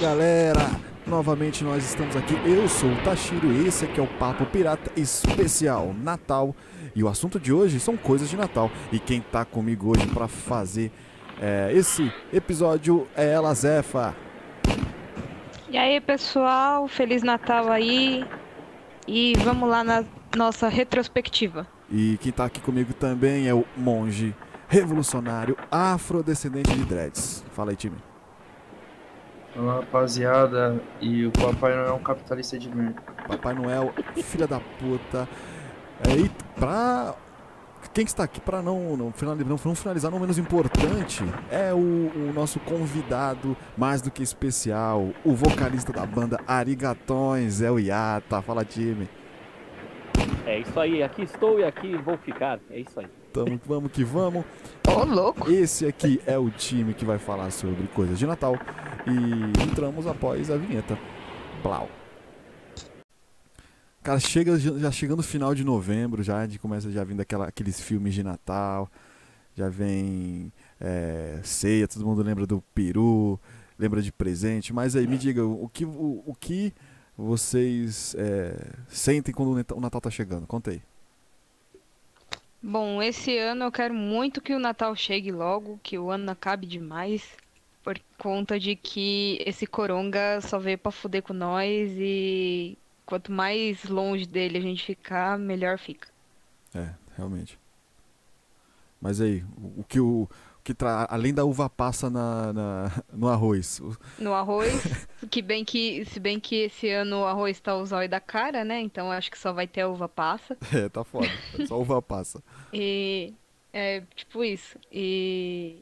galera! Novamente nós estamos aqui. Eu sou o Tashiro e esse aqui é o Papo Pirata Especial Natal. E o assunto de hoje são coisas de Natal. E quem tá comigo hoje para fazer é, esse episódio é ela, Zefa. E aí, pessoal, Feliz Natal aí. E vamos lá na nossa retrospectiva. E quem tá aqui comigo também é o monge revolucionário afrodescendente de dreads. Fala aí, time. Olá, É rapaziada. E o Papai Noel é um capitalista de merda. Papai Noel, filha da puta. É, e pra. Quem que está aqui para não, não, finalizar, não, não finalizar, não menos importante, é o, o nosso convidado mais do que especial, o vocalista da banda Arigatões, é o Yata. Fala, time. É isso aí, aqui estou e aqui vou ficar. É isso aí. Tamo, vamos que vamos. Ô, louco! Esse aqui é o time que vai falar sobre coisas de Natal. E entramos após a vinheta. Blau. Cara, chega, já chegando no final de novembro, já a gente começa já vindo aquela, aqueles filmes de Natal. Já vem é, ceia, todo mundo lembra do peru, lembra de presente. Mas aí, me diga, o que, o, o que vocês é, sentem quando o Natal tá chegando? Conta aí. Bom, esse ano eu quero muito que o Natal chegue logo, que o ano acabe demais, por conta de que esse coronga só veio pra fuder com nós e quanto mais longe dele a gente ficar, melhor fica. É, realmente. Mas aí, o, o que o, o que tra... além da uva passa na, na no arroz? o- No arroz, que bem que, se bem que esse ano o arroz tá o zóio da cara, né? Então acho que só vai ter a uva passa. É, tá foda. Só uva passa. E é tipo isso. E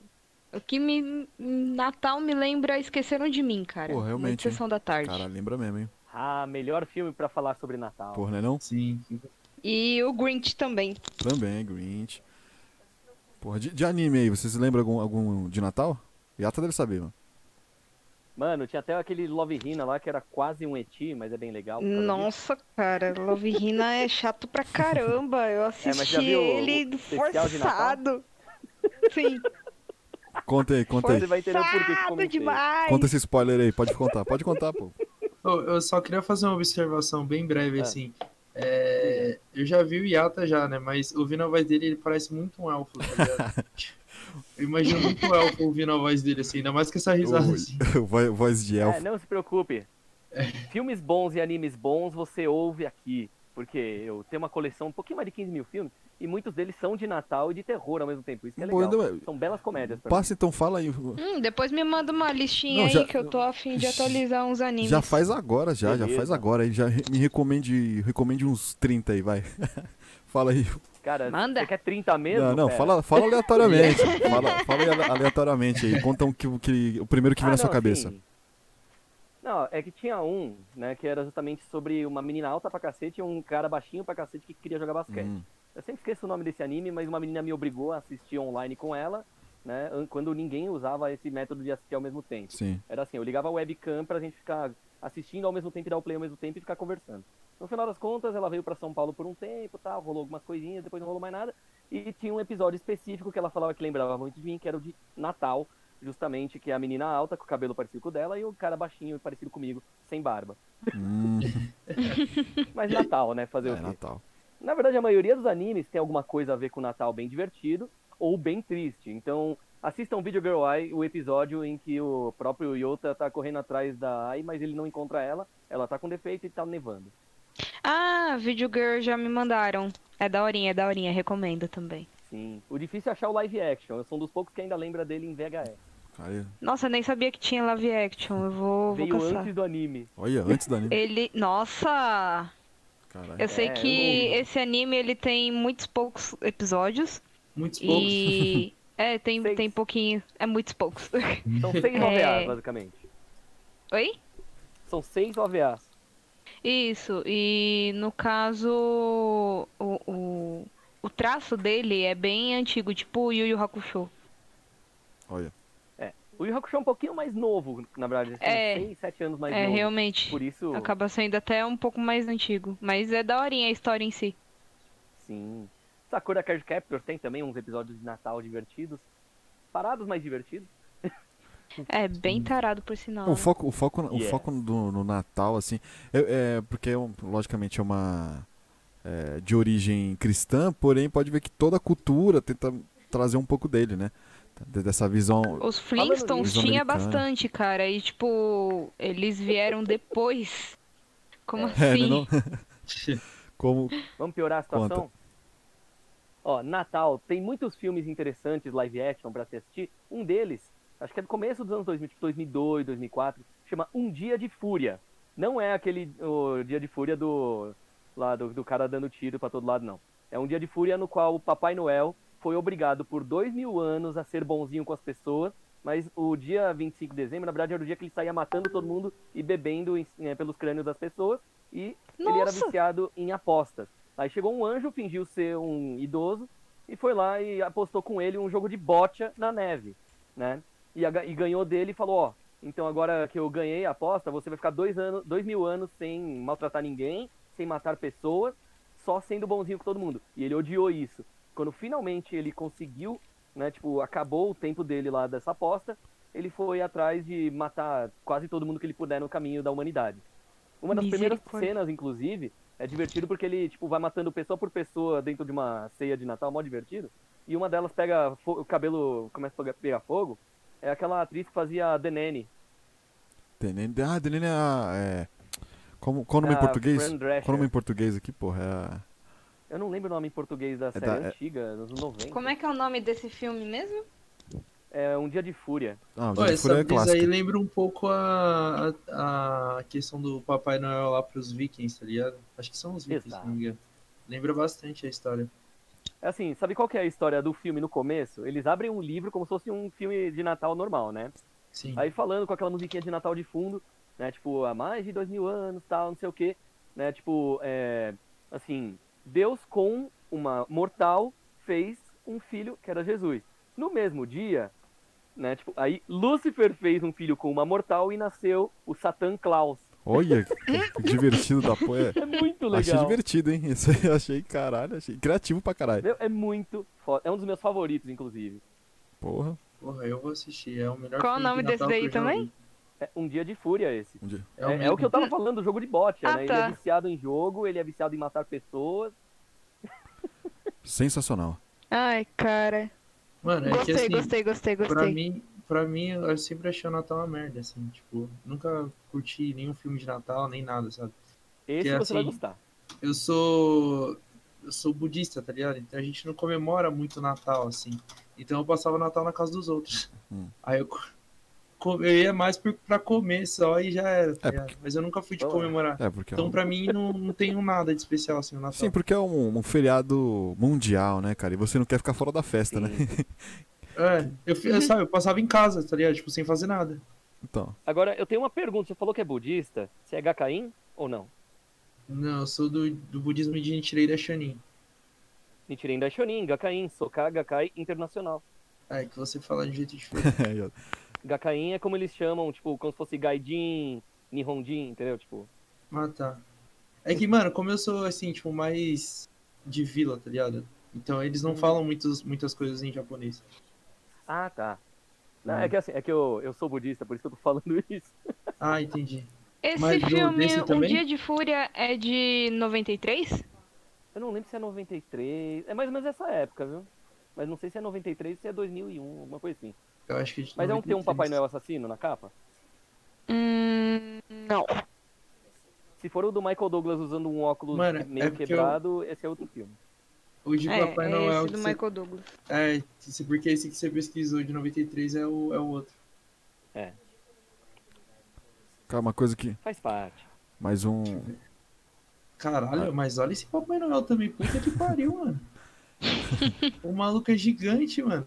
o que me Natal me lembra é Esqueceram de Mim, cara. Pô, Muito realmente, hein? Sessão da tarde. Cara, lembra mesmo, hein? Ah, melhor filme pra falar sobre Natal. Porra, né não? Sim. E o Grinch também. Também, Grinch. Porra, de, de anime aí, vocês lembram algum, algum de Natal? Yata deve saber, mano. Mano, tinha até aquele Love Hina lá que era quase um Eti, mas é bem legal. por causa disso. Nossa, cara, Love Hina é chato pra caramba. Eu É, mas já assisti viu o- o ele especial de Natal? forçado. Sim, Conta aí, conta aí. Você vai entender o porquê que ficou forçado meio feio. demais. Conta esse spoiler aí, pode contar, pode contar, pô. Eu, eu só queria fazer uma observação bem breve, Ah. assim. É, eu já vi o Yata já, né? Mas ouvindo a voz dele, ele parece muito um elfo, tá ligado? eu imagino muito um elfo ouvindo a voz dele, assim. Ainda mais com essa risada, assim. Vo- Voz de É, elfo. não se preocupe. Filmes bons e animes bons você ouve aqui. Porque eu tenho uma coleção um pouquinho mais de 15 mil filmes e muitos deles são de Natal e de terror ao mesmo tempo. Isso que é Pô, legal. ainda- São belas comédias. pra mim. Passa então, fala aí. Hum, depois me manda uma listinha Não, já- aí que eu tô afim de atualizar uns animes. Já faz agora, já, já Beleza. faz agora aí. Já re- me recomende, recomende uns 30 aí, vai. fala aí. Cara, Manda. você quer 30 mesmo? É. não, não, Pera. fala, fala aleatoriamente. fala, fala aí ale- aleatoriamente aí. Conta um que, que, o primeiro que vem Ah, na sua não, cabeça. assim, Não, é que tinha um, né, que era justamente sobre uma menina alta pra cacete e um cara baixinho pra cacete que queria jogar basquete. Hum. Eu sempre esqueço o nome desse anime, mas uma menina me obrigou a assistir online com ela, né, an- quando ninguém usava esse método de assistir ao mesmo tempo. Sim. Era assim, eu ligava a webcam pra gente ficar assistindo ao mesmo tempo e dar o play ao mesmo tempo e ficar conversando. No final das contas, ela veio pra São Paulo por um tempo, tal, rolou algumas coisinhas, depois não rolou mais nada. E tinha um episódio específico que ela falava que lembrava muito de mim, que era o de Natal, justamente, que é a menina alta, com o cabelo parecido com o dela, e o cara baixinho, parecido comigo, sem barba. Hum, Mas Natal, né? Fazer é o quê? Natal. Na verdade, a maioria dos animes tem alguma coisa a ver com o Natal bem divertido ou bem triste. Então, assistam Video Girl Eye, o episódio em que o próprio Yota tá correndo atrás da Ai, mas ele não encontra ela. Ela tá com defeito e tá nevando. Ah, Video Girl já me mandaram. É daorinha, é daorinha, recomendo também. Sim. O difícil é achar o live action. Eu sou um dos poucos que ainda lembra dele em VHS. Cara, Nossa, eu nem sabia que tinha live action, eu vou, vou Veio caçar. antes do anime. olha, antes da anime. Ele, nossa, Caralho. eu sei É, que esse anime ele tem muitos poucos episódios Muitos poucos. e é, tem Seis. tem pouquinho, é muitos poucos. São seis É. OVAs, basicamente. Oi? São seis OVAs. Isso, e no caso o, o, o traço dele é bem antigo, tipo o Yu Yu Hakusho. Olha. O Yu Hakusho é um pouquinho mais novo, na verdade. Assim, É. Seis, sete anos mais É, novo. realmente. Por isso... Acaba sendo até um pouco mais antigo, mas é daorinha a história em si. Sim. Sakura Card Captor tem também uns episódios de Natal divertidos. Parados, mas divertidos. É, bem tarado, por sinal. O né? foco, o foco, o Yeah. foco do, no Natal, assim, é, é porque é um- logicamente é uma é, de origem cristã, porém pode ver que toda a cultura tenta trazer um pouco dele, né? De- Dessa visão. Os Flintstones nisso, tinha americano. bastante, cara. E, tipo, eles vieram depois. Como É, né, assim? não? Como Vamos piorar a situação? Ó, Natal, tem muitos filmes interessantes live action pra se assistir. Um deles, acho que é do começo dos anos 2000, tipo 2002, 2004, chama Um Dia de Fúria. Não é aquele o Dia de Fúria do, lá do, do cara dando tiro pra todo lado, não. É um Dia de Fúria no qual o Papai Noel foi obrigado por dois mil anos a ser bonzinho com as pessoas, mas o dia 25 de dezembro, na verdade, era o dia que ele saía matando todo mundo e bebendo em- eh, pelos crânios das pessoas. E ele era Nossa! viciado em apostas. Aí chegou um anjo, fingiu ser um idoso, e foi lá e apostou com ele um jogo de bocha na neve, né? E, aga- e ganhou dele e falou, ó, então agora que eu ganhei a aposta, você vai ficar dois, anos, dois mil anos sem maltratar ninguém, sem matar pessoas, só sendo bonzinho com todo mundo. E ele odiou isso. Quando finalmente ele conseguiu, né, tipo, acabou o tempo dele lá dessa aposta, ele foi atrás de matar quase todo mundo que ele puder no caminho da humanidade. Uma das primeiras Misericórdia. cenas, inclusive, é divertido porque ele, tipo, vai matando pessoa por pessoa dentro de uma ceia de Natal, mó divertido. E uma delas pega fo- o cabelo, começa a pegar- pegar fogo. É aquela atriz que fazia a The Nanny. Denene. Ah, Denene é a. é, como, qual o nome a em português? Fran Qual Drescher. o nome em português aqui, porra? É a- Eu não lembro o nome em português da série da- é- antiga, dos anos 90. Como é que é o nome desse filme mesmo? É Um Dia de Fúria. Ah, o Ó, Dia de essa Fúria é brisa aí clássico. lembra um pouco a, a, a questão do Papai Noel lá pros vikings, tá ligado? Acho que são os vikings, se Exato. não me engano. Lembra bastante a história. É assim, sabe qual que é a história do filme no começo? Eles abrem um livro como se fosse um filme de Natal normal, né? Sim. Aí falando com aquela musiquinha de Natal de fundo, né? Tipo, há mais de dois mil anos, tal, não sei o quê. Né? Tipo, é, assim, Deus com uma mortal fez um filho que era Jesus. No mesmo dia, né? Tipo, aí Lúcifer fez um filho com uma mortal e nasceu o Satan Claus. Olha, que divertido da porra. É muito legal. Achei divertido, hein? Isso aí eu achei, caralho, achei criativo pra caralho. Meu, é muito foda. É um dos meus favoritos, inclusive. Porra. Porra, eu vou assistir. É o melhor Qual o filme de nome desse Natal que daí eu já também? vi. É um dia de fúria esse. um dia- É, É, é mesmo. o que eu tava falando, o jogo de bote, Ah, né? Ele tá. é viciado em jogo, ele é viciado em matar pessoas. Sensacional. Ai, cara. Mano, é que gostei, assim, gostei, gostei, gostei, pra mim, pra mim, eu sempre achei o Natal uma merda, assim, tipo, nunca curti nenhum filme de Natal, nem nada, sabe? Esse Que é você vai assim, gostar. eu sou eu sou budista, tá ligado? Então a gente não comemora muito o Natal assim. Então eu passava o Natal na casa dos outros. Hum. Aí eu, co- co- eu ia mais por- pra comer só e já era, tá É, ligado? Mas eu nunca fui de Boa. comemorar. É, porque. é Então um- pra mim não, não tem um nada de especial assim o Natal. Sim, porque é um, um feriado mundial, né, cara? E você não quer ficar fora da festa, né? Sim. É, eu, fi- Uhum. eu, sabe, eu passava em casa, tá ligado? Tipo, sem fazer nada. Então. Agora, eu tenho uma pergunta. Você falou que é budista? Você é Gakain ou não? Não, eu sou do, do budismo de Nitirei da Shanin. Nichiren Daishonin, Gakain, é Soka, Gakai Internacional. É, que você fala de um jeito diferente. Gakain é como eles chamam, tipo, como se fosse Gaijin, Nihonjin, entendeu? Tipo, Ah, tá. É que, mano, como eu sou, assim, tipo, mais de vila, tá ligado? Então eles não falam muitos, muitas coisas em japonês. ah, tá. Não, Hum. é que assim, é que eu, eu sou budista, por isso que eu tô falando isso. Ah, entendi. Esse Mas do- filme, desse Um também? Dia de Fúria, é de 93? Eu não lembro se é 93, é mais ou menos essa época, viu? Mas não sei se é 93, se é 2001, alguma coisa assim. Eu acho que a gente Mas é um não tem um Papai Noel assassino na capa? Hum, não. Se for o do Michael Douglas usando um óculos Mano, meio é porque eu- quebrado, esse é outro filme. O de É, Papai é Noel. esse que do você- Michael Douglas. É, se- porque esse que você pesquisou de 93 é o, é o outro. Cara, uma coisa que. Faz parte. Mais um. Caralho, mas olha esse Papai Noel também. Puta que pariu, mano. O maluco é gigante, mano.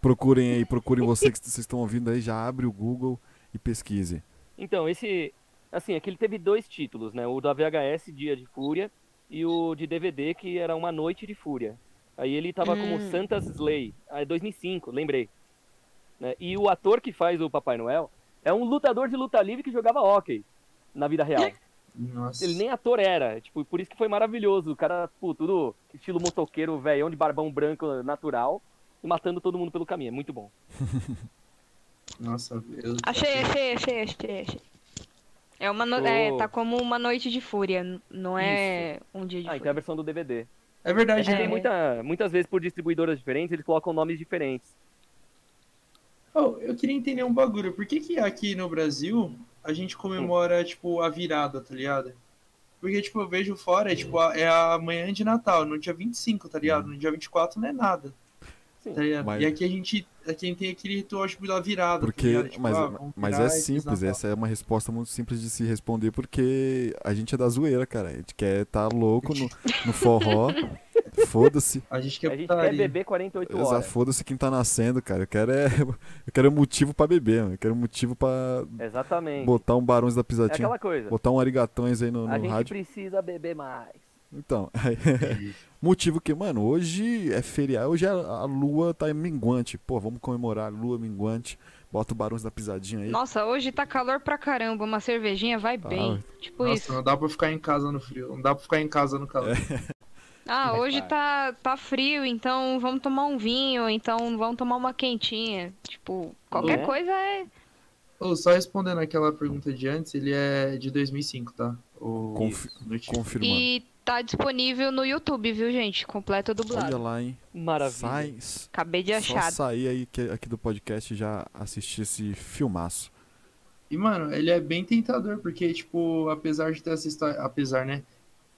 Procurem aí, procurem você que vocês estão ouvindo aí, já abre o Google e pesquise. Então, esse. Assim, é que ele teve dois títulos, né? O da VHS, Dia de Fúria, e o de DVD, que era Uma Noite de Fúria. Aí ele tava como Hum. Santa Slay. Ah, é 2005, lembrei. Né? E o ator que faz o Papai Noel é um lutador de luta livre que jogava hockey na vida real. Nossa. Ele nem ator era, tipo, por isso que foi maravilhoso. O cara, pô, tudo estilo motoqueiro, velhão de barbão branco natural, e matando todo mundo pelo caminho. É muito bom. Nossa, eu. Achei, achei, achei, achei, achei. É uma no- é, tá como uma noite de fúria, n- não é um dia de Ah, então é a fúria. versão do DVD. É É verdade, que É. tem né? muita, muitas vezes por distribuidoras diferentes, eles colocam nomes diferentes. Oh, eu queria entender um bagulho. Por que que aqui no Brasil a gente comemora, tipo, a virada, tá ligado? Porque, tipo, eu vejo fora, é, tipo, a- é a manhã de Natal, no dia 25, tá ligado? No dia 24 não é nada, Sim. tá ligado? Uhum. Mas- E aqui a gente, aqui a gente tem aquele ritual, tipo, da virada, tá Porque, ligado? Tipo, mas, ah, vamos mas virar é e feliz simples, Natal. essa é uma resposta muito simples de se responder, porque a gente é da zoeira, cara. A gente quer estar louco no, no forró, foda-se. A gente a quer gente putaria. quer beber 48 horas. Exato, foda-se quem tá nascendo, cara. Eu quero é. Eu quero um motivo pra beber, mano. Eu quero um motivo pra Exatamente. botar um barões da É pisadinha. aquela coisa. Botar um arigatões aí no, a no gente rádio. precisa beber mais. Então, aí, motivo que, mano, hoje é feriado, hoje a, a lua tá minguante. Pô, vamos comemorar a lua minguante. Bota o barões da pisadinha aí. Nossa, hoje tá calor pra caramba, uma cervejinha vai Tá bem. Tipo Nossa, isso. não dá pra ficar em casa no frio. Não dá pra ficar em casa no calor. Ah, Mas hoje vai. tá, tá frio, então vamos tomar um vinho, então vamos tomar uma quentinha. Tipo, qualquer Né? coisa é. Ô, só respondendo aquela pergunta de antes, ele é de 2005, tá? O... Confi- notícia. Confirmando. E tá disponível no YouTube, viu, gente? Completo Olha dublado. lá, hein? Maravilha. Sai, Acabei de só achar. sair aí que- aqui do podcast e já assistir esse filmaço. E, mano, ele é bem tentador, porque, tipo, apesar de ter essa história. Apesar, né?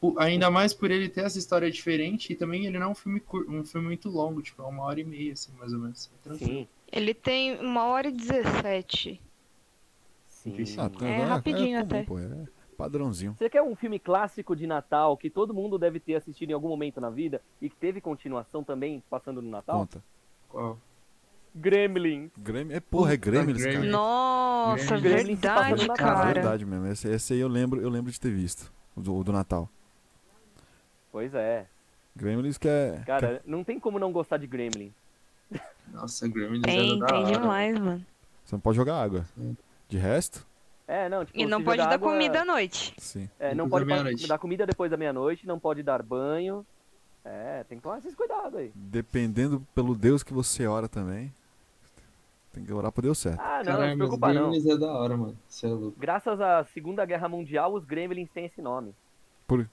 O- Ainda mais por ele ter essa história diferente, e também ele não é um filme curto, um filme muito longo, tipo, é uma hora e meia, assim, mais ou menos. É tranquilo. Sim, Ele tem uma hora e 17. sim. Ah, tá, É vai, rapidinho comum, até. pô, é padrãozinho. Você quer um filme clássico de Natal que todo mundo deve ter assistido em algum momento na vida e que teve continuação também passando no Natal? Conta. Qual? Gremlin. Grêmio, é porra, é Puta, Grêmio esse Gremlins. cara. Nossa, Gremlins verdade, passando na É cara. cara. verdade mesmo. Esse, esse aí eu lembro, eu lembro de ter visto. O do, o do Natal. Pois é. Gremlins que é. Cara, não tem como não gostar de Gremlin. Nossa, Gremlins era Tem, tá da tem hora. demais, mano. Você não pode jogar água. De resto? É, não, tipo, E não se pode jogar dar água- comida à noite. Sim. É, não Depois pode da meia-noite. pa- dar comida depois da meia-noite, não pode dar banho. É, tem que tomar esses cuidados aí. Dependendo pelo Deus que você ora também. Tem que orar pro Deus certo. Ah, não, não se Caralho, mas preocupa não. Gremlins é da hora, mano. Você é louco. Graças à Segunda Guerra Mundial, os Gremlins têm esse nome.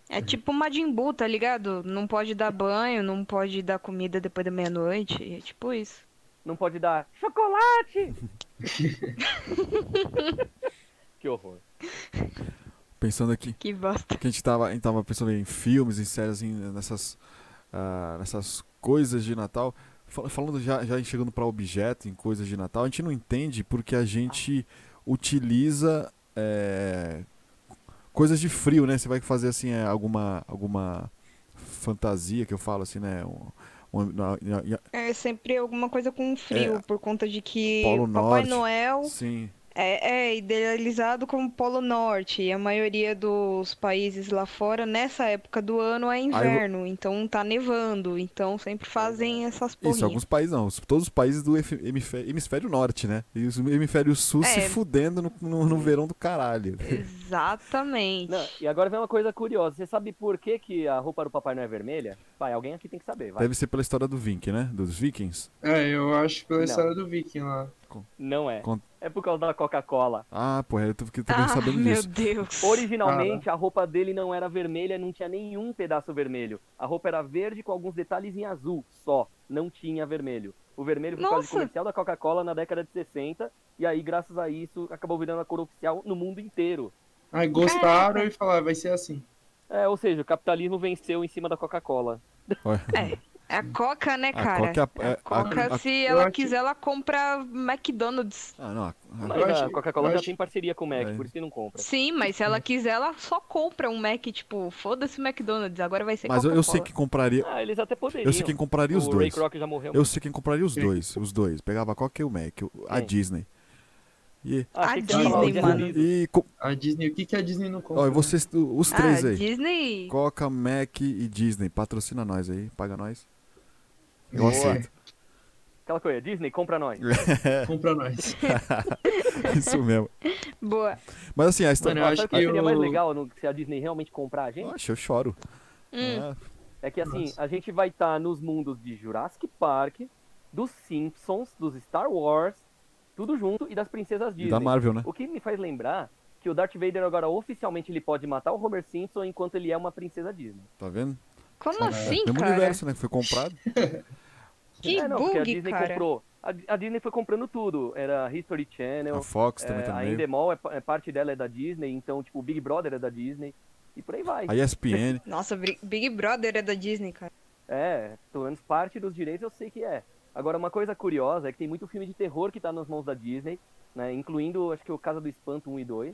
É tipo Majin Buu, tá ligado? Não pode dar banho, não pode dar comida depois da meia-noite. É tipo isso. Não pode dar chocolate! que horror. Pensando aqui. Que bosta. que a gente tava, a gente tava pensando em filmes, em séries, em, nessas, ah, nessas coisas de Natal. Fal- Falando já, já em chegando para objeto, em coisas de Natal, a gente não entende porque a gente utiliza eh, coisas de frio, né? Você vai fazer assim eh, alguma, alguma fantasia que eu falo assim, né? Um, um- na- na- na- É sempre alguma coisa com frio, por conta de que É. Polo Papai Norte. Noel sim, é, é idealizado como Polo Norte. E a maioria dos países lá fora, nessa época do ano, é inverno. Então tá nevando. Então sempre fazem essas isso, porrinhas. alguns países não, os- todos os países do hef- hemisfério, hemisfério norte, né? E o hemisfério sul se É. fudendo no, no, no verão do caralho. Exatamente. Não, e agora vem uma coisa curiosa. Você sabe por que, que a roupa do Papai Noel é vermelha? Vai, alguém aqui tem que saber, vai. Deve ser pela história do Vink, né? Dos vikings. É, eu acho pela Não. história do Viking lá. Não é. Con- É por causa da Coca-Cola. Ah, porra, eu tô, fiquei- tô bem Ah, sabendo meu disso. Deus. Originalmente, a roupa dele não era vermelha, não tinha nenhum pedaço vermelho. A roupa era verde com alguns detalhes em azul, só. Não tinha vermelho. O vermelho por causa do Nossa. comercial da Coca-Cola na década de 60. E aí, graças a isso, acabou virando a cor oficial no mundo inteiro. Aí gostaram e falaram, vai ser assim. É, ou seja, o capitalismo venceu em cima da Coca-Cola. Olha, É a Coca, né, a cara? Coca é a- é- a- Coca, a- se eu ela acho- quiser, ela compra McDonald's. Ah, não. a- Mas acho- a Coca-Cola eu já acho- tem parceria com o Mac, É. por isso que não compra. Sim, mas se ela quiser, ela só compra um Mac, tipo, foda-se o McDonald's, agora vai ser Mas eu, eu sei Coca-Cola. que compraria. Ah, eles até poderiam. Eu sei quem compraria os o Ray dois. Kroc é um já morreu. Eu sei quem compraria os Quem? dois. Os dois. Pegava qual que é o Mac? o- A Quem? Disney. E, Ah, A achei que você ia falar o Disney, Jeff mano. Bezos. e co- A Disney, o que, que a Disney não compra? ó, e vocês, os três ah, aí. Disney. Coca, Mac e Disney. Patrocina nós aí, paga nós. Eu Boa. aceito. Aquela coisa, Disney, compra nós. né? Compra nós. Isso mesmo. Boa. Mas assim, a história. Mano, eu Ah, acho sabe o que que seria eu- mais legal no- se a Disney realmente comprar a gente? Oxe, eu choro. Hum. Ah, É que assim, Nossa. a gente vai estar nos mundos de Jurassic Park, dos Simpsons, dos Star Wars, Tudo junto e das princesas E Disney. da Marvel, né? O que me faz lembrar que o Darth Vader agora oficialmente ele pode matar o Homer Simpson enquanto ele é uma princesa Disney. Tá vendo? Como É, assim, mesmo cara? universo, né? Que foi comprado. Que é, não, porque a bug, Disney cara. comprou. A, a Disney foi comprando tudo. Era History Channel, A Fox também é, tá a no meio. Endemol é, pa- é parte dela é da Disney, então tipo o Big Brother é da Disney e por aí vai. A ESPN. Nossa, Bri- Big Brother é da Disney, cara. É, pelo menos parte dos direitos eu sei que é. Agora, uma coisa curiosa é que tem muito filme de terror que tá nas mãos da Disney, né? Incluindo, acho que o Casa do Espanto 1 e 2.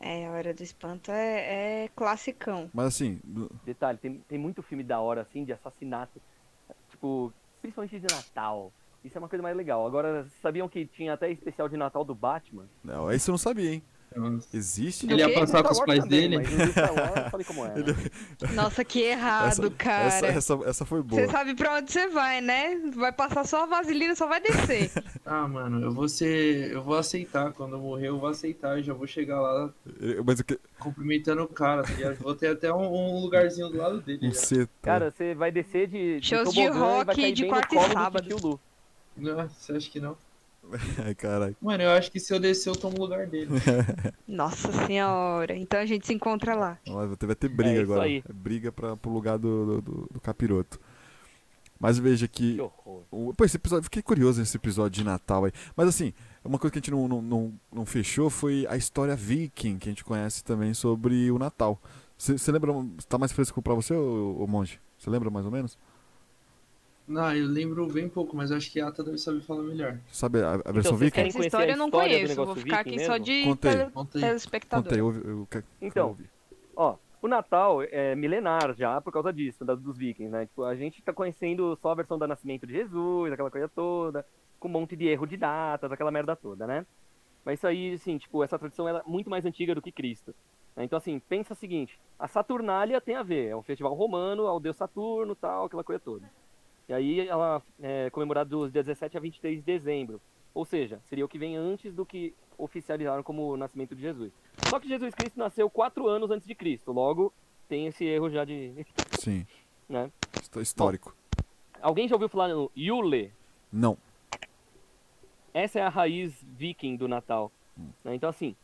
É, a Hora do Espanto é, é classicão. Mas assim, do- Detalhe, tem, tem muito filme da hora, assim, de assassinato. Tipo, principalmente de Natal. Isso é uma coisa mais legal. Agora, vocês sabiam que tinha até especial de Natal do Batman? não, isso eu não sabia, hein? Nossa. Existe? Do Então, quê? Ele ia tá passar Star com os Wars pais também, dele? Mas no Star Wars, eu falei como é. né? Nossa, que errado, Essa, cara. essa, essa, essa foi boa. Você sabe pra onde você vai, né? Vai passar só a vaselina, só vai descer. Ah, mano, eu vou ser. Eu vou aceitar. Quando eu morrer, eu vou aceitar. Eu já vou chegar lá Eh, Mas o que. cumprimentando o cara, tá ligado? Vou ter até um, um lugarzinho do lado dele. Um já. seta. Cara, você vai descer de, de Shows de tobogã e vai rock cair de bem quarta e no colo do sábado. Tio Lu. Não, você acha que não? Ai, caralho. Mano, eu acho que se eu descer, eu tomo o lugar dele. Nossa senhora. Então a gente se encontra lá. Nossa, Vai ter, vai ter briga é isso agora. É aí. Briga pra, pro lugar do, do, do- do capiroto. Mas veja que. Que horror. O- Pô, esse episódio, fiquei curioso nesse episódio de Natal aí. Mas assim, uma coisa que a gente não, não, não, não fechou foi a história viking que a gente conhece também sobre o Natal. Você lembra, tá mais fresco pra você, ô, ô Monge? Você lembra mais ou menos? Não, eu lembro bem pouco, mas eu acho que a Ata deve saber falar melhor. Sabe a, a versão vocês viking? querem- Essa conhecer história a eu não história do conheço. Vou negócio ficar aqui viking só mesmo? de Conta aí. tele- Conta aí. telespectador. Conta aí, eu, eu, quero- Então, quero ouvir. Ó, o Natal é milenar já por causa disso, da- dos vikings, né? Tipo, a gente tá conhecendo só a versão do nascimento de Jesus, aquela coisa toda, com um monte de erro de datas, aquela merda toda, né? Mas isso aí, assim, tipo, essa tradição ela é muito mais antiga do que Cristo. né? Então, assim, pensa o seguinte, a Saturnália tem a ver, é um festival romano ao deus Saturno tal, aquela coisa toda. E aí ela é comemorada dos 17 a 23 de dezembro, ou seja, seria o que vem antes do que oficializaram como o nascimento de Jesus. Só que Jesus Cristo nasceu quatro anos antes de Cristo, logo tem esse erro já de. Sim. Né? Histó- Histórico. Alguém já ouviu falar no Yule? Não. Essa é a raiz viking do Natal. né? Então, assim,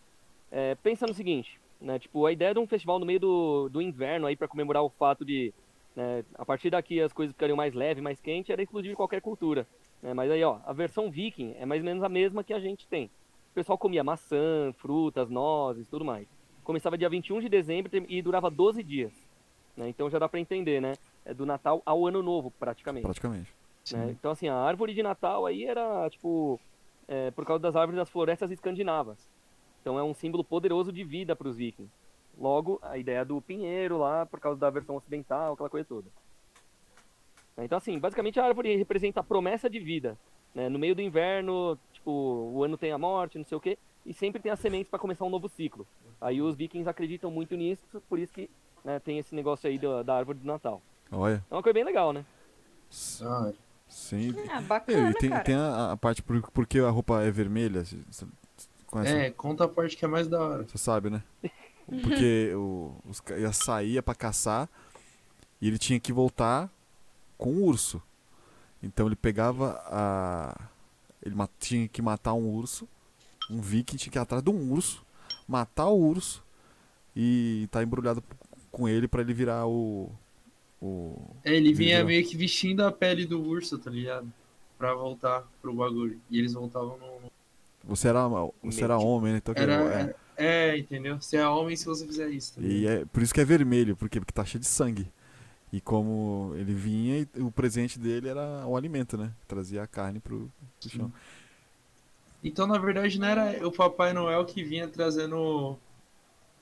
é, pensa no seguinte: né? tipo, a ideia de um festival no meio do, do inverno aí para comemorar o fato de. né, a partir daqui as coisas ficariam mais leve, mais quente, era exclusivo de qualquer cultura. né? Mas aí, ó, a versão viking é mais ou menos a mesma que a gente tem. O pessoal comia maçã, frutas, nozes, tudo mais. Começava dia 21 de dezembro e durava 12 dias. né? Então já dá para entender, né? É do Natal ao Ano Novo, praticamente Praticamente. né? Então, assim, a árvore de Natal aí era, tipo, é, por causa das árvores das florestas escandinavas. Então, é um símbolo poderoso de vida para os vikings. Logo, a ideia do pinheiro lá, por causa da versão ocidental, aquela coisa toda. Né, Então, assim, basicamente a árvore representa a promessa de vida. né? No meio do inverno, tipo, o ano tem a morte, não sei o quê, e sempre tem as sementes para começar um novo ciclo. Aí os vikings acreditam muito nisso, por isso que né, tem esse negócio aí da, da árvore de Natal. Olha. É uma coisa bem legal, né? S- Ah, Sim. Ah, E, bacana, e tem, cara. tem a, a parte por, por que a roupa é vermelha. Você conhece? é, conta a parte que é mais da hora. Você sabe, né? Porque o, os, ca- ia saía pra caçar e ele tinha que voltar com o urso. Então ele pegava a. Ele ma- tinha que matar um urso. Um viking tinha que ir atrás de um urso. Matar o urso. E tá embrulhado p- com ele pra ele virar o. o É, ele vinha Entendeu? meio que vestindo a pele do urso, tá ligado? Pra voltar pro bagulho. E eles voltavam no. no- você era, você era Mate. homem, né? Então, que- é. Era. É, entendeu? Você é homem se você fizer isso, tá E ligado? é por isso que é vermelho, por quê? Porque tá cheio de sangue. E como ele vinha, e o presente dele era o alimento, né? Trazia a carne pro, pro chão. Então, na verdade, não era o Papai Noel que vinha trazendo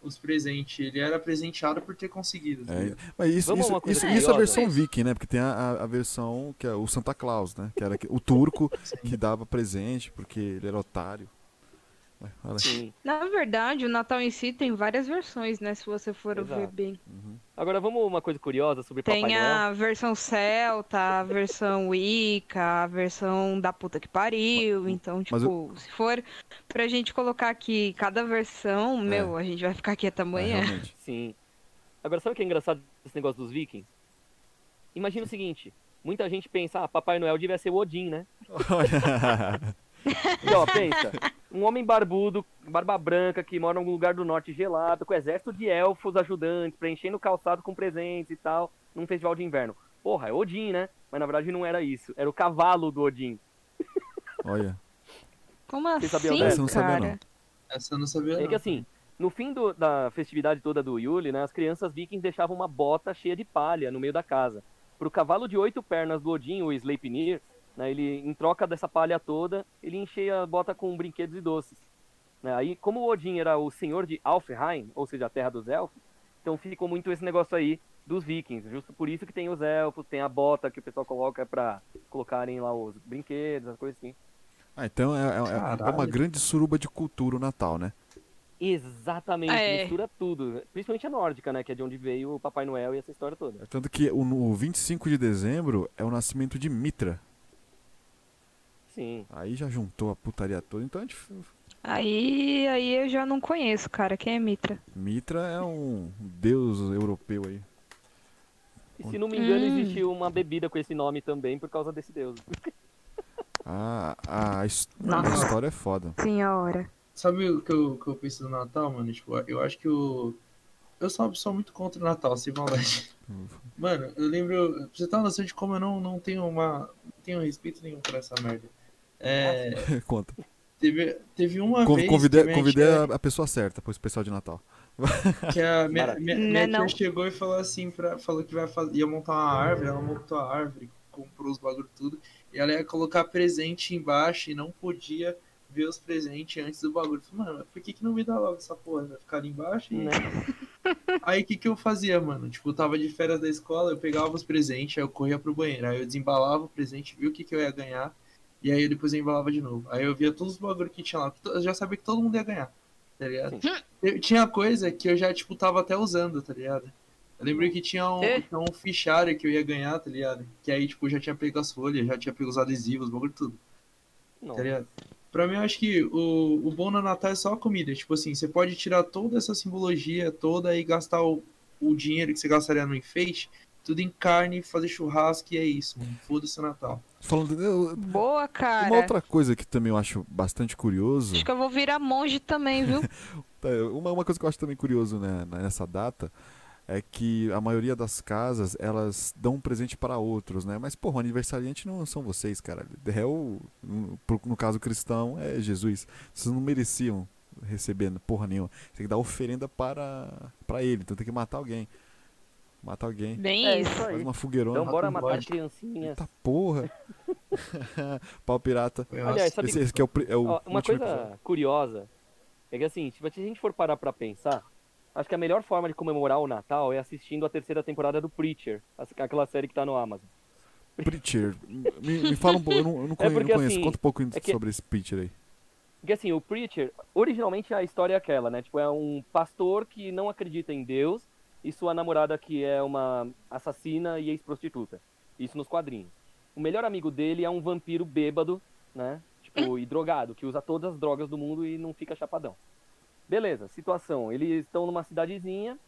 os presentes. Ele era presenteado por ter conseguido. tá É, ligado? mas isso, Vamos a isso, uma coisa isso, isso é a curiosa. versão viking, né? Porque tem a, a- a versão que é o Santa Claus, né? Que era que- o turco que dava presente porque ele era otário. Ué, olha. Sim. Na verdade, o Natal em si tem várias versões, né? Se você for ver Exato. bem. Uhum. Agora vamos uma coisa curiosa sobre Papai Tem Noel. a versão celta, a versão Wicca, a versão da puta que pariu. Então, mas tipo, se for pra gente colocar aqui cada versão, meu, a gente vai ficar aqui É, até amanhã. realmente. Sim. Agora sabe o que é engraçado desse negócio dos vikings? Imagina o seguinte, Muita gente pensa, ah, Papai Noel devia ser o Odin, né? Olha. E ó, pensa, um homem barbudo, barba branca, que mora em algum lugar do norte gelado, com exército de elfos ajudantes, preenchendo o calçado com presentes e tal, num festival de inverno. Porra, é Odin, né? Mas na verdade não era isso, era o cavalo do Odin. Olha. Como Vocês assim, sabiam dessa? Eu não sabia, cara? Essa eu não sabia. É não. que assim, no fim do- da festividade toda do Yule, né, as crianças vikings deixavam uma bota cheia de palha no meio da casa. Pro cavalo de oito pernas do Odin, o Sleipnir, né, ele, em troca dessa palha toda, ele enchia a bota com brinquedos e doces. Né, aí, como o Odin era o senhor de Alfheim, ou seja, a terra dos elfos, então ficou muito esse negócio aí dos vikings. Justo por isso que tem os elfos, tem a bota que o pessoal coloca pra colocarem lá os brinquedos, as coisas assim. Ah, então é, é- é uma Caralho. grande suruba de cultura o Natal, né? Exatamente, É. mistura tudo. Principalmente a nórdica, né? Que é de onde veio o Papai Noel e essa história toda. Tanto que o, no 25 de dezembro é o nascimento de Mitra. Sim. Aí já juntou a putaria toda. Então, é dif- Aí, aí eu já não conheço, cara. Quem é Mitra? Mitra é um deus europeu aí. E se não me engano, Hum. existiu uma bebida com esse nome também por causa desse deus. Ah, a, his- Nossa. a história é foda. Senhora. Sabe o que eu, que eu penso do Natal, mano? Tipo, eu acho que o. Eu sou uma pessoa muito contra o Natal, sem maldade. Mano, eu lembro. pra Você tá na noção de como eu não, não tenho uma. Não tenho respeito nenhum por essa merda. É, Conta. teve, teve uma Con- vez. que é convidei minha convidei tia- a, a pessoa certa pro especial de Natal. Que a minha, minha, Não é minha não. tia chegou e falou assim, pra, falou que vai fazer, ia montar uma árvore, ela montou a árvore, comprou os bagulho tudo, e ela ia colocar presente embaixo e não podia ver os presentes antes do bagulho. Eu Falei, mano, mas por que, que não me dá logo essa porra? Vai ficar ali embaixo? E... Né? Aí o que, que eu fazia, mano? Tipo, eu tava de férias da escola, eu pegava os presentes, aí eu corria pro banheiro, aí eu desembalava o presente, via o que, que eu ia ganhar, e aí eu depois eu embalava de novo. Aí eu via todos os bagulho que tinha lá, que to- eu já sabia que todo mundo ia ganhar, tá ligado? Eu- tinha coisa que eu já, tipo, tava até usando, tá ligado? Eu lembro que tinha um, É. tinha um fichário que eu ia ganhar, tá ligado? Que aí, tipo, eu já tinha pego as folhas, já tinha pego os adesivos, os bagulho tudo Não. tá ligado? Pra mim, eu acho que o, o bom no Natal é só a comida. Tipo assim, você pode tirar toda essa simbologia toda e gastar o, o dinheiro que você gastaria no enfeite, tudo em carne, fazer churrasco e é isso, mano. Foda-se o Natal. Falando, eu- Boa, cara. uma outra coisa que também eu acho bastante curioso. Acho que eu vou virar monge também, viu? Tá, Uma, uma coisa que eu acho também curioso né, na- nessa data é que a maioria das casas elas dão um presente para outros, né? Mas, porra, o aniversariante não são vocês, cara. É o, no- pro- no caso cristão, é Jesus. Vocês não mereciam receber porra nenhuma. Tem que dar oferenda para, para ele, então tem que matar alguém. Matar alguém. Bem É isso. isso Faz aí. uma fogueirona. Então bora matar Pode. criancinhas. Eita porra! Pau pirata. Foi Aliás, massa. sabe- Esse, esse que é o, pri- é o Ó, uma último coisa episódio. curiosa é que assim, tipo, se a gente for parar pra pensar, acho que a melhor forma de comemorar o Natal é assistindo a terceira temporada do Preacher, as- aquela série que tá no Amazon. Preacher. Me, me fala um pouco. Eu não, eu não conhe- não conheço. porque, assim, Conta um pouco é que- sobre esse Preacher aí. Porque assim, o Preacher, originalmente a história é aquela, né? Tipo, é um pastor que não acredita em Deus e sua namorada que é uma assassina e ex-prostituta. Isso nos quadrinhos. O melhor amigo dele é um vampiro bêbado, né? Tipo, e drogado, que usa todas as drogas do mundo e não fica chapadão. Beleza, situação. Eles estão numa cidadezinha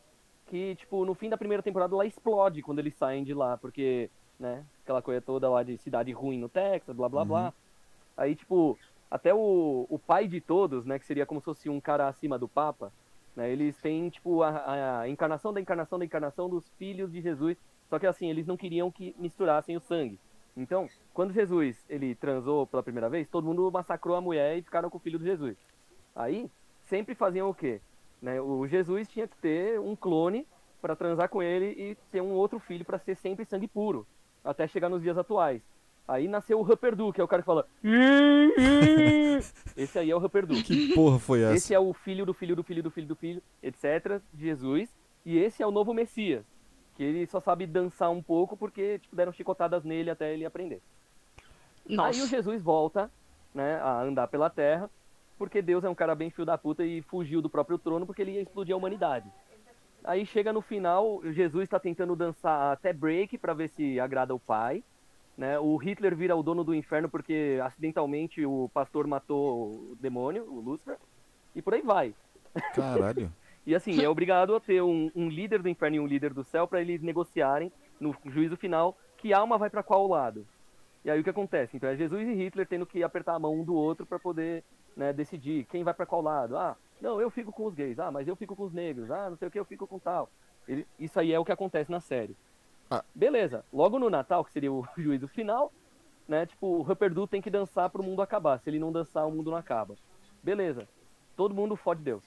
que, tipo, no fim da primeira temporada lá explode quando eles saem de lá, porque, né, aquela coisa toda lá de cidade ruim no Texas, blá blá Uhum. blá. Aí, tipo, até o, o pai de todos, né, que seria como se fosse um cara acima do Papa, né, eles têm, tipo, a, a encarnação da encarnação da encarnação dos filhos de Jesus, só que assim, eles não queriam que misturassem o sangue. Então, quando Jesus, ele transou pela primeira vez, todo mundo massacrou a mulher e ficaram com o filho de Jesus. Aí, sempre faziam o quê? Né, o Jesus tinha que ter um clone para transar com ele e ter um outro filho para ser sempre sangue puro, até chegar nos dias atuais. Aí nasceu o Hupperdu, que é o cara que fala. "Ih, ih". Esse aí é o Hupperdu. Que porra foi essa? Esse é o filho do filho do filho do filho do filho, etc. de Jesus. E esse é o novo Messias. Que ele só sabe dançar um pouco porque tipo, deram chicotadas nele até ele aprender. Aí o Nossa. Jesus volta, né, a andar pela terra, porque Deus é um cara bem fio da puta e fugiu do próprio trono porque ele ia explodir a humanidade. Aí chega no final, Jesus tá tentando dançar até break pra ver se agrada o pai, né? O Hitler vira o dono do inferno porque acidentalmente o pastor matou o demônio, o Lúcifer, e por aí vai. Caralho. E assim, é obrigado a ter um, um líder do inferno e um líder do céu pra eles negociarem no juízo final que alma vai para qual lado? E aí o que acontece? Então é Jesus e Hitler tendo que apertar a mão um do outro para poder né, decidir quem vai para qual lado. Ah, não, eu fico com os gays. Ah, mas eu fico com os negros. Ah, não sei o que, eu fico com tal. Ele- isso aí é o que acontece na série. Ah. Beleza. Logo no Natal, que seria o juízo final, né? Tipo, o Rupperdu tem que dançar pro mundo acabar. Se ele não dançar, o mundo não acaba. Beleza. Todo mundo fode Deus.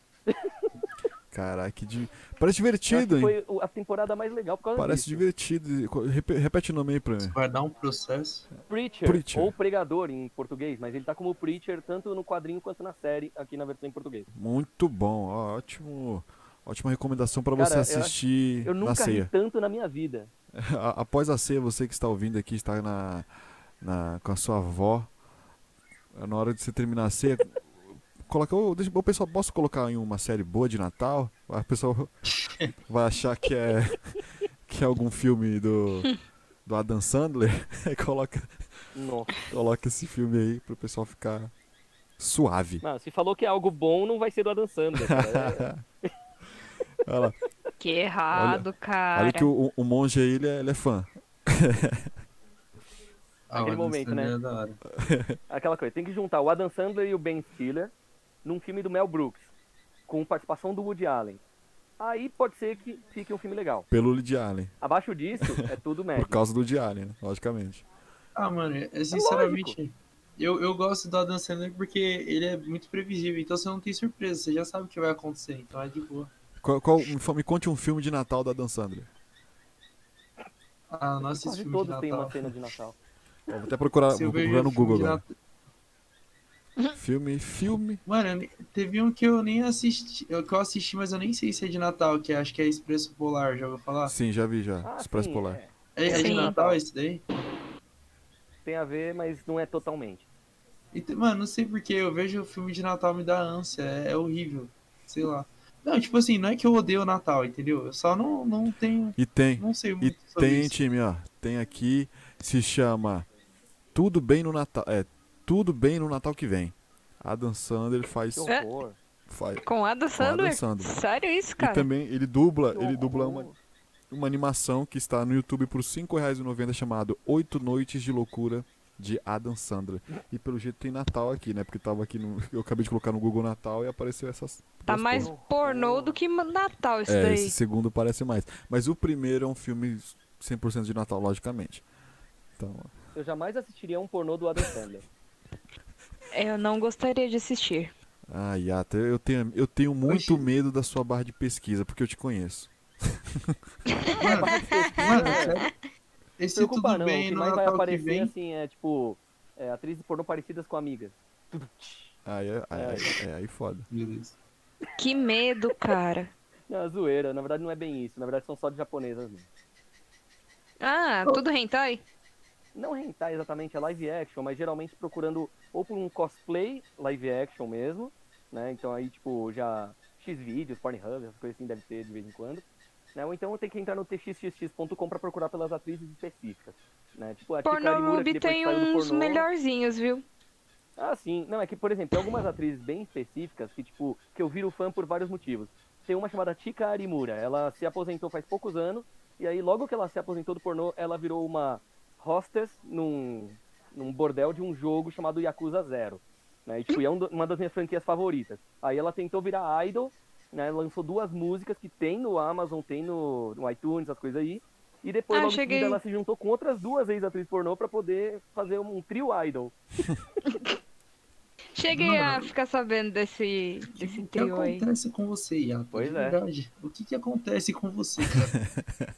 Caraca, que di- parece Eu acho divertido, que hein? foi o- a temporada mais legal por causa Parece disso. divertido. Co- repe- Repete o nome aí pra mim. Vai dar um processo. Preacher, Preacher. ou pregador em português, mas ele tá como Preacher tanto no quadrinho quanto na série, aqui na versão em português. Muito bom, ó, ótimo. Ótima recomendação pra Cara, você eu acho- assistir Eu na nunca ri ceia. tanto na minha vida. A- Após a ceia, você que está ouvindo aqui, está na, na- com a sua avó. é Na hora de você terminar a ceia, coloca. ô, deixa, ô, pessoal, posso colocar em uma série boa de Natal? A pessoa vai achar que é, que é algum filme do, do Adam Sandler. Aí coloca, Nossa. coloca esse filme aí pro pessoal ficar suave. Não, se falou que é algo bom, não vai ser do Adam Sandler. cara. É- Olha lá. Que errado, cara. Olha que o, o monge aí, ele é, ele é fã. Ah, Aquele o Adam momento, Sandler né? é da hora. Aquela coisa, tem que juntar o Adam Sandler e o Ben Stiller num filme do Mel Brooks, com participação do Woody Allen. Aí pode ser que fique um filme legal. Pelo Woody Allen. Abaixo disso, é tudo Por médio. causa do Woody Allen, né? logicamente. Ah, mano, é sinceramente. Eu, eu gosto do Adam Sandler porque ele é muito previsível, então você não tem surpresa, você já sabe o que vai acontecer, então é de boa. Qual, qual- me, fa- me conte um filme de Natal da Dan Sandler. Ah, nossa, esse Quase filme de todos têm uma Natal. cena de Natal. Ó, vou até procurar, Se eu vou vejo procurar no um filme Google de agora. Natal- Filme, filme. Mano, eu ne- teve um que eu nem assisti, eu- que eu assisti, mas eu nem sei se é de Natal, que acho que é Expresso Polar, já ouviu falar? Sim, já vi já. Ah, Expresso sim, Polar. é. É, é de Sim. Natal esse daí? Tem a ver, mas não é totalmente. Então, mano, não sei porquê, eu vejo o filme de Natal me dá ânsia, é, é horrível, sei lá. Não, tipo assim, não é que eu odeio o Natal, entendeu? Eu só não, não tenho, E tem, não sei e muito sobre tem, tipo, isso. time, ó. Tem aqui, se chama Tudo Bem no Natal. É, Tudo Bem no Natal que vem. Adam Sandler faz. Que horror. faz Com Adam Sandler? Sandler. Sério isso, e cara? também ele dubla, Que ele dubla horror. uma, uma animação que está no YouTube por R$ 5,90 chamado Oito Noites de Loucura de Adam Sandler. E pelo jeito tem Natal aqui, né? Porque tava aqui no. Eu acabei de colocar no Google Natal e apareceu essas. Tá duas mais coisas. pornô do que Natal isso É, daí. esse segundo parece mais. Mas o primeiro é um filme 100% de Natal, logicamente. Então, Eu jamais assistiria um pornô do Adam Sandler. Eu não gostaria de assistir. ah, Yata, eu tenho, eu tenho muito Oxi. medo da sua barra de pesquisa, porque eu te conheço. Mano, mano, é sério. se Esse preocupa, tudo não. o bem que no mais vai Natal que aparecer, vem. assim, é tipo, é, atrizes pornô parecidas com amigas. Aí, é- aí, aí, é, aí foda. Beleza. Que medo, cara. Não, zoeira. Na verdade, não é bem isso. Na verdade, são só de japonesas mesmo. Ah, tudo hentai? Não hentai exatamente, é live action, mas geralmente procurando ou por um cosplay live action mesmo, né? Então aí, tipo, já X-Vídeos, Pornhub, essas coisas assim deve ter de vez em quando. Né? Ou então tem que entrar no txxx.com pra procurar pelas atrizes específicas. Né? Tipo, a Chikari Mura, que Pornhub depois tem saiu do uns pornô. melhorzinhos, viu? Ah, sim. Não, é que, por exemplo, tem algumas atrizes bem específicas que, tipo, que eu viro fã por vários motivos. Tem uma chamada Tika Arimura. Ela se aposentou faz poucos anos. E aí, logo que ela se aposentou do pornô, ela virou uma hostess num, num bordel de um jogo chamado Yakuza Zero. Né? E, tipo, é um do- uma das minhas franquias favoritas. Aí ela tentou virar idol, né? Lançou duas músicas que tem no Amazon, tem no, no iTunes, as coisas aí. E depois, Ah, logo em seguida, cheguei. ela se juntou com outras duas ex-atrizes pornô pra poder fazer um trio idol. Cheguei Mano. a ficar sabendo desse, desse O que trio aí. acontece com você, Yata? Pois de é. verdade. O que, que acontece com você, cara?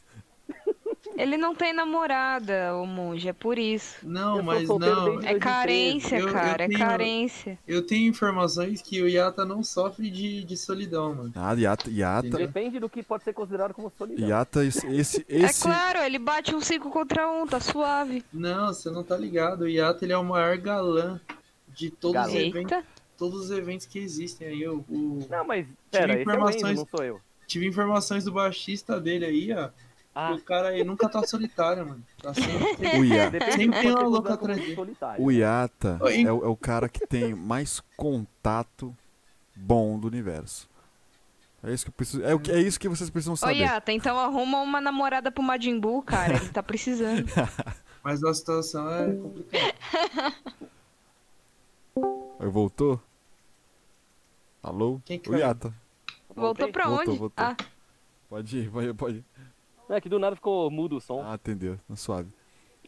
Ele não tem namorada, o monge, é por isso. Não, Eu sou mas solteiro não. desde É carência, Eu- eu cara, é tenho- carência. Eu tenho informações que o Yata não sofre de, de solidão, mano. Nada, Yata, Yata, Entendeu? Depende do que pode ser considerado como solidão. Yata, esse, esse, esse, É claro, ele bate um 5 contra um, tá suave. Não, você não tá ligado. O Yata ele é o maior galã de todos os Galã. eventos. Eita. Todos os eventos que existem aí. Eu, o- Não, mas pera, esse é o Enzo, informações- não sou eu. Tive informações do baixista dele aí, ó. Ah, O cara aí nunca tá solitário, mano. Tá sempre. o Yata. É, depende Sempre do que tem uma você louca usar como atrás dele. solitário. O Yata É Oi. é, o- é o cara que tem mais contato bom do universo. É isso que, eu preciso, é, o que- é isso que vocês precisam Ô, saber. Yata, então arruma uma namorada pro Majin Buu, cara. Ele tá precisando. Mas a situação é complicada. Aí Voltou? Alô? Quem que o caiu? Yata. Voltou pra Voltou, onde? voltou. Ah, Pode ir, pode ir, pode ir. Não, é que do nada ficou mudo o som. Ah, atendeu. Tá suave.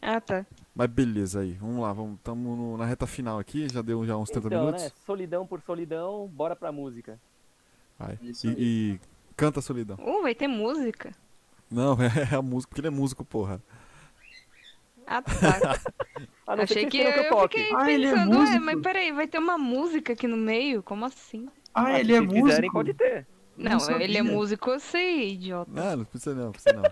ah, tá. Mas beleza aí. Vamos lá, vamos. Estamos na reta final aqui. Já deu já uns 30 então, minutos. né? Solidão por solidão, bora pra música. Vai. É isso aí. E, e canta a solidão. Uh, vai ter música. Não, é a música, porque ele é músico, porra. Ah, tá. A não Achei ser que que, um você eu, não toque. fiquei Ah, ele é pensando, ué, músico? mas peraí, vai ter uma música aqui no meio? Como assim? Ah, Mas ele é se quiserem, músico? pode ter. Não, sabia. ele é músico, eu sei, idiota. Não, não precisa não, precisa não.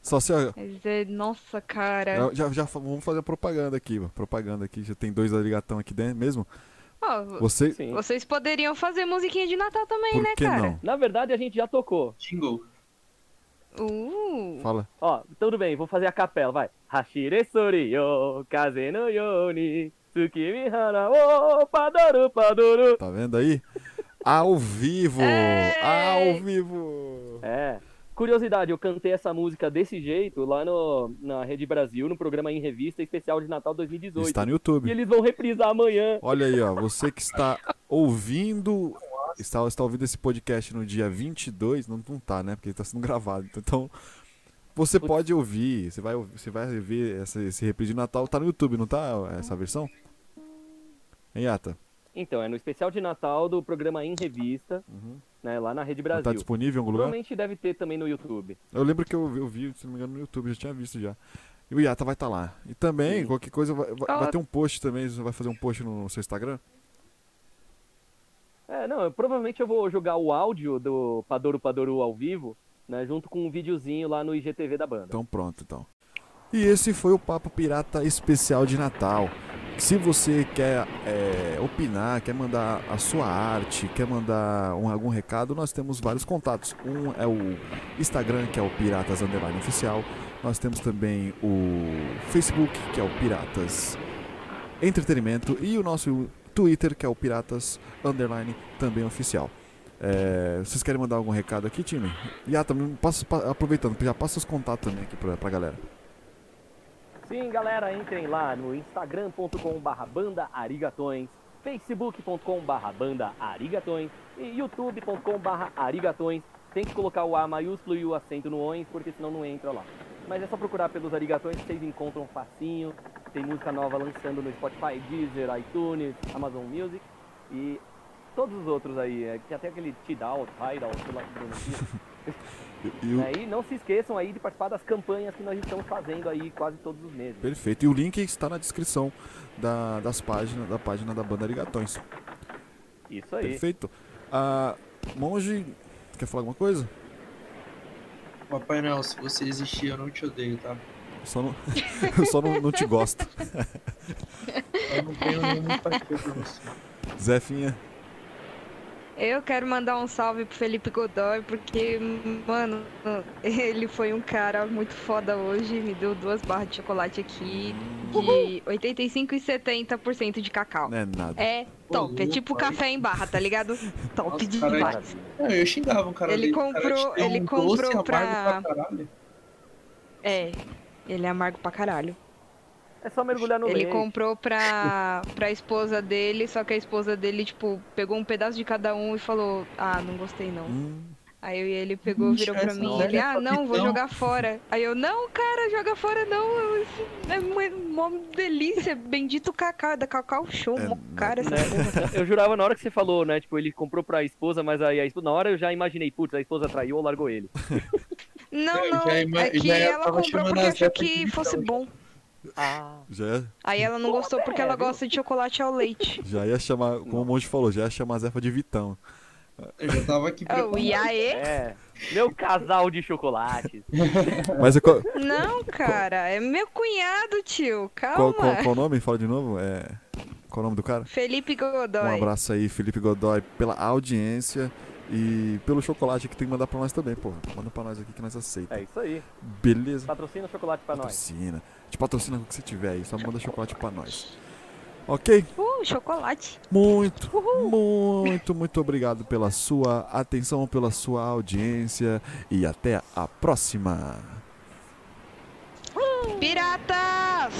Só se. ó, Mas é, nossa, cara. Já, já fa- vamos fazer a propaganda aqui, ó. Propaganda aqui. Já tem dois aligatão aqui dentro mesmo. Ó, Você. Sim. vocês poderiam fazer musiquinha de Natal também, Por né, que cara? não? Na verdade, a gente já tocou. Jingle. Uh, Fala. Ó, tudo bem, vou fazer a capela, vai. Hashire soriyo, kaze no yoni, tsukimi hana o, padoru padoru. Tá vendo aí? Ao vivo! Ei! Ao vivo! É. Curiosidade, eu cantei essa música desse jeito lá no, na Rede Brasil, no programa em revista especial de Natal 2018. Está no E YouTube. eles vão reprisar amanhã. Olha aí, ó. Você que está ouvindo. Está, está ouvindo esse podcast no dia 22. Não, não tá, né? Porque está sendo gravado. Então. Você Putz. pode ouvir, você vai, ouvir- você vai ver essa, esse reprise de Natal, tá no YouTube, não tá essa versão? Hein, Ata? Então, é no especial de Natal do programa em revista, Uhum. né, lá na Rede Não tá Brasil. disponível em algum lugar? Provavelmente deve ter também no YouTube. Eu lembro que eu, vi- eu vi, se não me engano, no YouTube, já tinha visto já. E o Yata vai estar lá. E também, Sim. qualquer coisa, vai, vai- Ah. vai ter um post também, você vai fazer um post no seu Instagram? É, não, eu- provavelmente eu vou jogar o áudio do Padoru Padoru ao vivo, né, junto com um videozinho lá no IGTV da banda. Então pronto, então. E esse foi o Papo Pirata Especial de Natal. Se você quer é, opinar, quer mandar a sua arte, quer mandar um- algum recado, nós temos vários contatos. Um é o Instagram, que é o Piratas Underline Oficial. Nós temos também o Facebook, que é o Piratas Entretenimento. E o nosso Twitter, que é o Piratas Underline também Oficial. É, vocês querem mandar algum recado aqui, time? E ah, também passa, pa- aproveitando, já passa os contatos também aqui pra, pra galera. Sim, galera, entrem lá no instagram.com barra banda arigatões, facebook.com barra banda arigatões e youtube.com barra arigatões. Tem que colocar o A maiúsculo e o acento no ONS, porque senão não entra lá. Mas é só procurar pelos arigatões, vocês encontram facinho. Tem música nova lançando no Spotify, Deezer, iTunes, Amazon Music e todos os outros aí. é, Tem até aquele Tidal, Tidal, sei lá que pronuncia. E, e o- Né? E não se esqueçam aí de participar das campanhas que nós estamos fazendo aí quase todos os meses. perfeito. E o link está na descrição da, das páginas, da página da banda Ligatões. Isso aí. Perfeito. Ah, Monge, quer falar alguma coisa? Papai Noel, se você existir, eu não te odeio, tá? Eu só não, eu só não, não te gosto. Eu não tenho nenhuma empatia pra você. Zefinha, eu quero mandar um salve pro Felipe Godoy, porque, mano, ele foi um cara muito foda hoje. Me deu duas barras de chocolate aqui de 85 e 70% de cacau. não é nada. É top, é louco, tipo aí. café em barra, tá ligado? Top Uhum. Nossa, demais. caralho. Não, eu xingava um cara Ele dele, cara, comprou- te deu ele um comprou doce amargo pra- pra caralho. É, ele é amargo pra caralho. É só mergulhar no Ele leite. comprou pra, pra esposa dele, só que a esposa dele, tipo, pegou um pedaço de cada um e falou: Ah, não gostei não. Hum, Aí ele pegou, Ixi, virou pra essa mim, velha ele, ah, não, vou capitão." jogar fora. Aí eu, não, cara, joga fora não, eu- isso é uma, uma delícia, bendito cacau, da cacau show, É, mó cara essa Né? Eu jurava na hora que você falou, né? Tipo, ele comprou pra esposa, mas aí a esposa. Na hora eu já imaginei, putz, a esposa traiu ou largou ele. Não, Eu não, já ima- é que já ela tava comprou porque chamando a achou Zeca de que fosse capitão, bom. Ah. já, ia- Aí ela não gostou porque ela é, viu? gosta de chocolate ao leite. já ia chamar, como o Monge falou, já ia chamar a Zefa de Vitão. Eu já tava aqui Oh, e aí? É. Meu casal de chocolates. Mas é qual, Não, cara, é meu cunhado, tio. Calma. qual, qual, qual o nome? Fala de novo. É, qual o nome do cara? Felipe Um Godoy. abraço aí, Felipe Godoy, pela audiência e pelo chocolate que tem que mandar pra nós também, porra. Manda pra nós aqui que nós aceita. É isso aí. Beleza? Patrocina chocolate pra nós. Patrocina. Te patrocina com o que você tiver aí, só manda chocolate pra nós. Ok? Uh, chocolate. Muito, muito, muito obrigado pela sua atenção, pela sua audiência e até a próxima. Piratas!